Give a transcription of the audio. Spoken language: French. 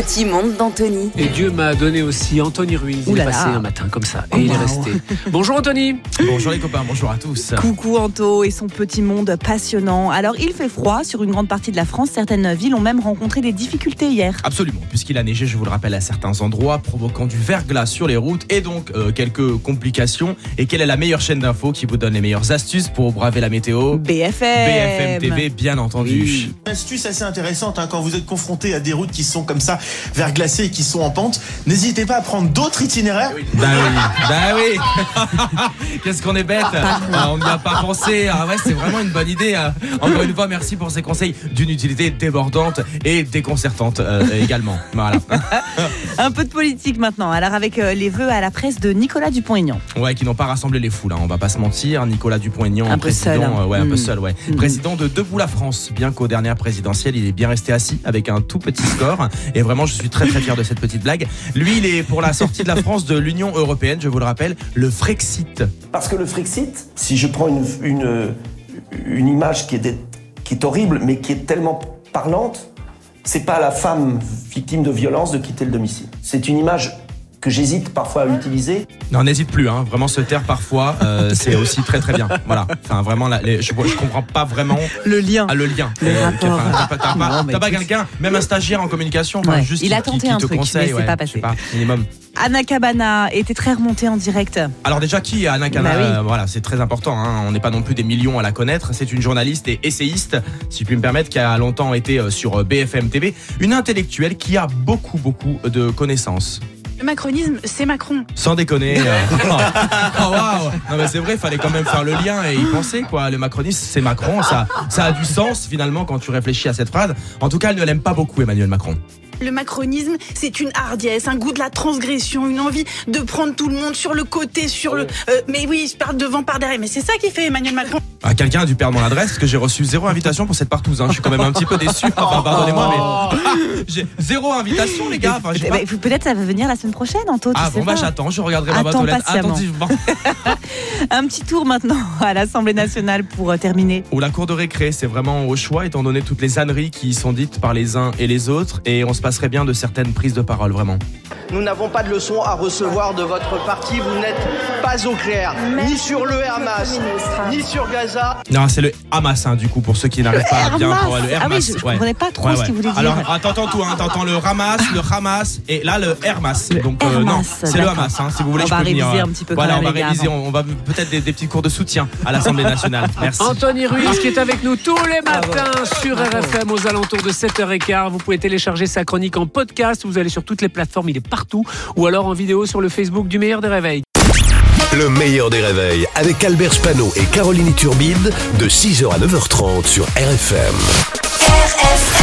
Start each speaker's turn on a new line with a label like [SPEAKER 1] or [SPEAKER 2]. [SPEAKER 1] petit monde d'Anthony.
[SPEAKER 2] Et Dieu m'a donné aussi Anthony Ruiz.
[SPEAKER 3] Ouh
[SPEAKER 2] Il est
[SPEAKER 3] là
[SPEAKER 2] passé
[SPEAKER 3] là.
[SPEAKER 2] un matin comme ça. Et il est resté. Bonjour Anthony.
[SPEAKER 4] Bonjour les copains, bonjour à tous.
[SPEAKER 3] Coucou Anto et son petit monde passionnant. Alors il fait froid sur une grande partie de la France. Certaines villes ont même rencontré des difficultés hier.
[SPEAKER 4] Absolument, puisqu'il a neigé, je vous le rappelle, à certains endroits, provoquant du verglas sur les routes et donc euh, quelques complications. Et quelle est la meilleure chaîne d'infos qui vous donne les meilleures astuces pour braver la météo
[SPEAKER 3] BFM.
[SPEAKER 4] BFM TV, bien entendu.
[SPEAKER 2] Oui.
[SPEAKER 5] Une astuce assez intéressante hein, quand vous êtes confronté à des routes qui sont comme ça verglacées et qui sont en pente, n'hésitez pas à prendre d'autres itinéraires.
[SPEAKER 4] Bah oui, bah oui. Qu'est-ce qu'on est bête. Ah, on n'y a pas pensé. Ah ouais, c'est vraiment une bonne idée. Ah, Encore une fois, merci pour ces conseils d'une utilité débordante et déconcertante euh, également. Voilà.
[SPEAKER 3] Un peu de politique maintenant. Alors avec euh, les vœux à la presse de Nicolas Dupont-Aignan.
[SPEAKER 4] Ouais, qui n'ont pas rassemblé les foules, hein, on va pas se mentir. Nicolas Dupont-Aignan,
[SPEAKER 3] Un peu
[SPEAKER 4] président,
[SPEAKER 3] seul, hein.
[SPEAKER 4] euh, ouais, un peu
[SPEAKER 3] Mm.
[SPEAKER 4] seul, ouais. Président de Debout la France, bien qu'aux dernières présidentielles, il est bien resté assis avec un tout petit score. Et vraiment, je suis très très fier de cette petite blague. Lui, il est pour la sortie de la France de l'Union européenne, je vous le rappelle, le Frexit.
[SPEAKER 6] Parce que le Frexit, si je prends une, une, une image qui est, dé- qui est horrible, mais qui est tellement parlante, c'est pas à la femme victime de violence de quitter le domicile. C'est une image que j'hésite parfois à utiliser.
[SPEAKER 4] Non, n'hésite plus, hein, vraiment se taire parfois, euh, c'est aussi très très bien. Voilà, enfin vraiment, là, les- je, je comprends pas vraiment
[SPEAKER 3] Le lien.
[SPEAKER 4] ah, le lien.
[SPEAKER 3] Le rapport.
[SPEAKER 4] enfin, T'as pas, t'as pas-
[SPEAKER 3] Non, mais
[SPEAKER 4] t'as pas
[SPEAKER 3] écoute.
[SPEAKER 4] quelqu'un, même un stagiaire en communication, enfin,
[SPEAKER 3] Ouais,
[SPEAKER 4] juste
[SPEAKER 3] il a
[SPEAKER 4] qui-
[SPEAKER 3] tenté
[SPEAKER 4] qui
[SPEAKER 3] un
[SPEAKER 4] te
[SPEAKER 3] truc, mais
[SPEAKER 4] conseille,
[SPEAKER 3] c'est
[SPEAKER 4] ouais,
[SPEAKER 3] pas
[SPEAKER 4] je sais
[SPEAKER 3] passé.
[SPEAKER 4] pas, minimum.
[SPEAKER 3] Anna Cabana était très remontée en direct.
[SPEAKER 4] Alors déjà qui est Anna Kana
[SPEAKER 3] Bah oui.
[SPEAKER 4] Euh, Voilà, c'est très important. hein. On n'est pas non plus des millions à la connaître. C'est une journaliste et essayiste, si je puis me permettre, qui a longtemps été euh, sur euh, BFM TV, une intellectuelle qui a beaucoup beaucoup de connaissances.
[SPEAKER 7] Le macronisme, c'est Macron.
[SPEAKER 4] Sans déconner. euh, oh, waouh. Non mais c'est vrai, fallait quand même faire le lien et y penser quoi. Le macronisme, c'est Macron. Ça, ça a du sens finalement quand tu réfléchis à cette phrase. En tout cas, elle ne l'aime pas beaucoup Emmanuel Macron.
[SPEAKER 7] Le macronisme, c'est une hardiesse, un goût de la transgression, une envie de prendre tout le monde sur le côté, sur le. euh, mais oui, je pars devant, par derrière. Mais c'est ça qui fait Emmanuel Macron.
[SPEAKER 4] Ah, quelqu'un a dû perdre mon adresse parce que j'ai reçu zéro invitation pour cette partouze. hein. Je suis quand même un petit peu déçu. Enfin, pardonnez-moi,
[SPEAKER 3] Oh.
[SPEAKER 4] mais j'ai zéro invitation, les gars. Ah, Enfin, j'ai
[SPEAKER 3] Eh
[SPEAKER 4] pas-
[SPEAKER 3] ben, Peut-être ça va venir la semaine prochaine, Anto. tu
[SPEAKER 4] Ah
[SPEAKER 3] sais
[SPEAKER 4] bon, bah
[SPEAKER 3] pas.
[SPEAKER 4] j'attends, je regarderai ma boîte
[SPEAKER 3] Attends
[SPEAKER 4] aux lettres
[SPEAKER 3] patiemment.
[SPEAKER 4] attentivement.
[SPEAKER 3] Un petit tour maintenant à l'Assemblée nationale pour euh, terminer.
[SPEAKER 4] Ou la cour de récré, c'est vraiment au choix étant donné toutes les âneries qui y sont dites par les uns et les autres et on se passerait bien de certaines prises de parole vraiment.
[SPEAKER 8] Nous n'avons pas de leçons à recevoir de votre parti. Vous n'êtes pas au clair, ni sur le Hamas, ni sur Gaza.
[SPEAKER 4] Non, c'est le Hamas hein, du coup pour ceux qui n'arrivent pas à bien
[SPEAKER 3] Hamas.
[SPEAKER 4] comprendre. le
[SPEAKER 3] Ah oui, je- je comprenais pas trop ce qu'il voulait dire.
[SPEAKER 4] Alors t'entends tout hein, t'entends le Hamas, le Hamas et là le Hermas. Donc euh,
[SPEAKER 3] Hamas,
[SPEAKER 4] non, c'est le
[SPEAKER 3] d'accord.
[SPEAKER 4] Hamas hein, si vous voulez
[SPEAKER 3] On
[SPEAKER 4] je
[SPEAKER 3] va
[SPEAKER 4] peux venir,
[SPEAKER 3] réviser
[SPEAKER 4] euh,
[SPEAKER 3] un petit peu quand
[SPEAKER 4] Voilà,
[SPEAKER 3] même,
[SPEAKER 4] on va
[SPEAKER 3] les gars,
[SPEAKER 4] réviser, on, on va peut-être des, des petits cours de soutien à l'Assemblée nationale. Merci.
[SPEAKER 2] Anthony Ruiz qui est avec nous tous les matins sur RFM aux alentours de 7h15. Vous pouvez télécharger sa chronique en podcast. Vous allez sur toutes les plateformes, il est partout. Ou alors en vidéo sur le Facebook du meilleur des réveils.
[SPEAKER 9] Le meilleur des réveils avec Albert Spano et Caroline Turbide de 6h à 9h30 sur RFM.
[SPEAKER 1] RFM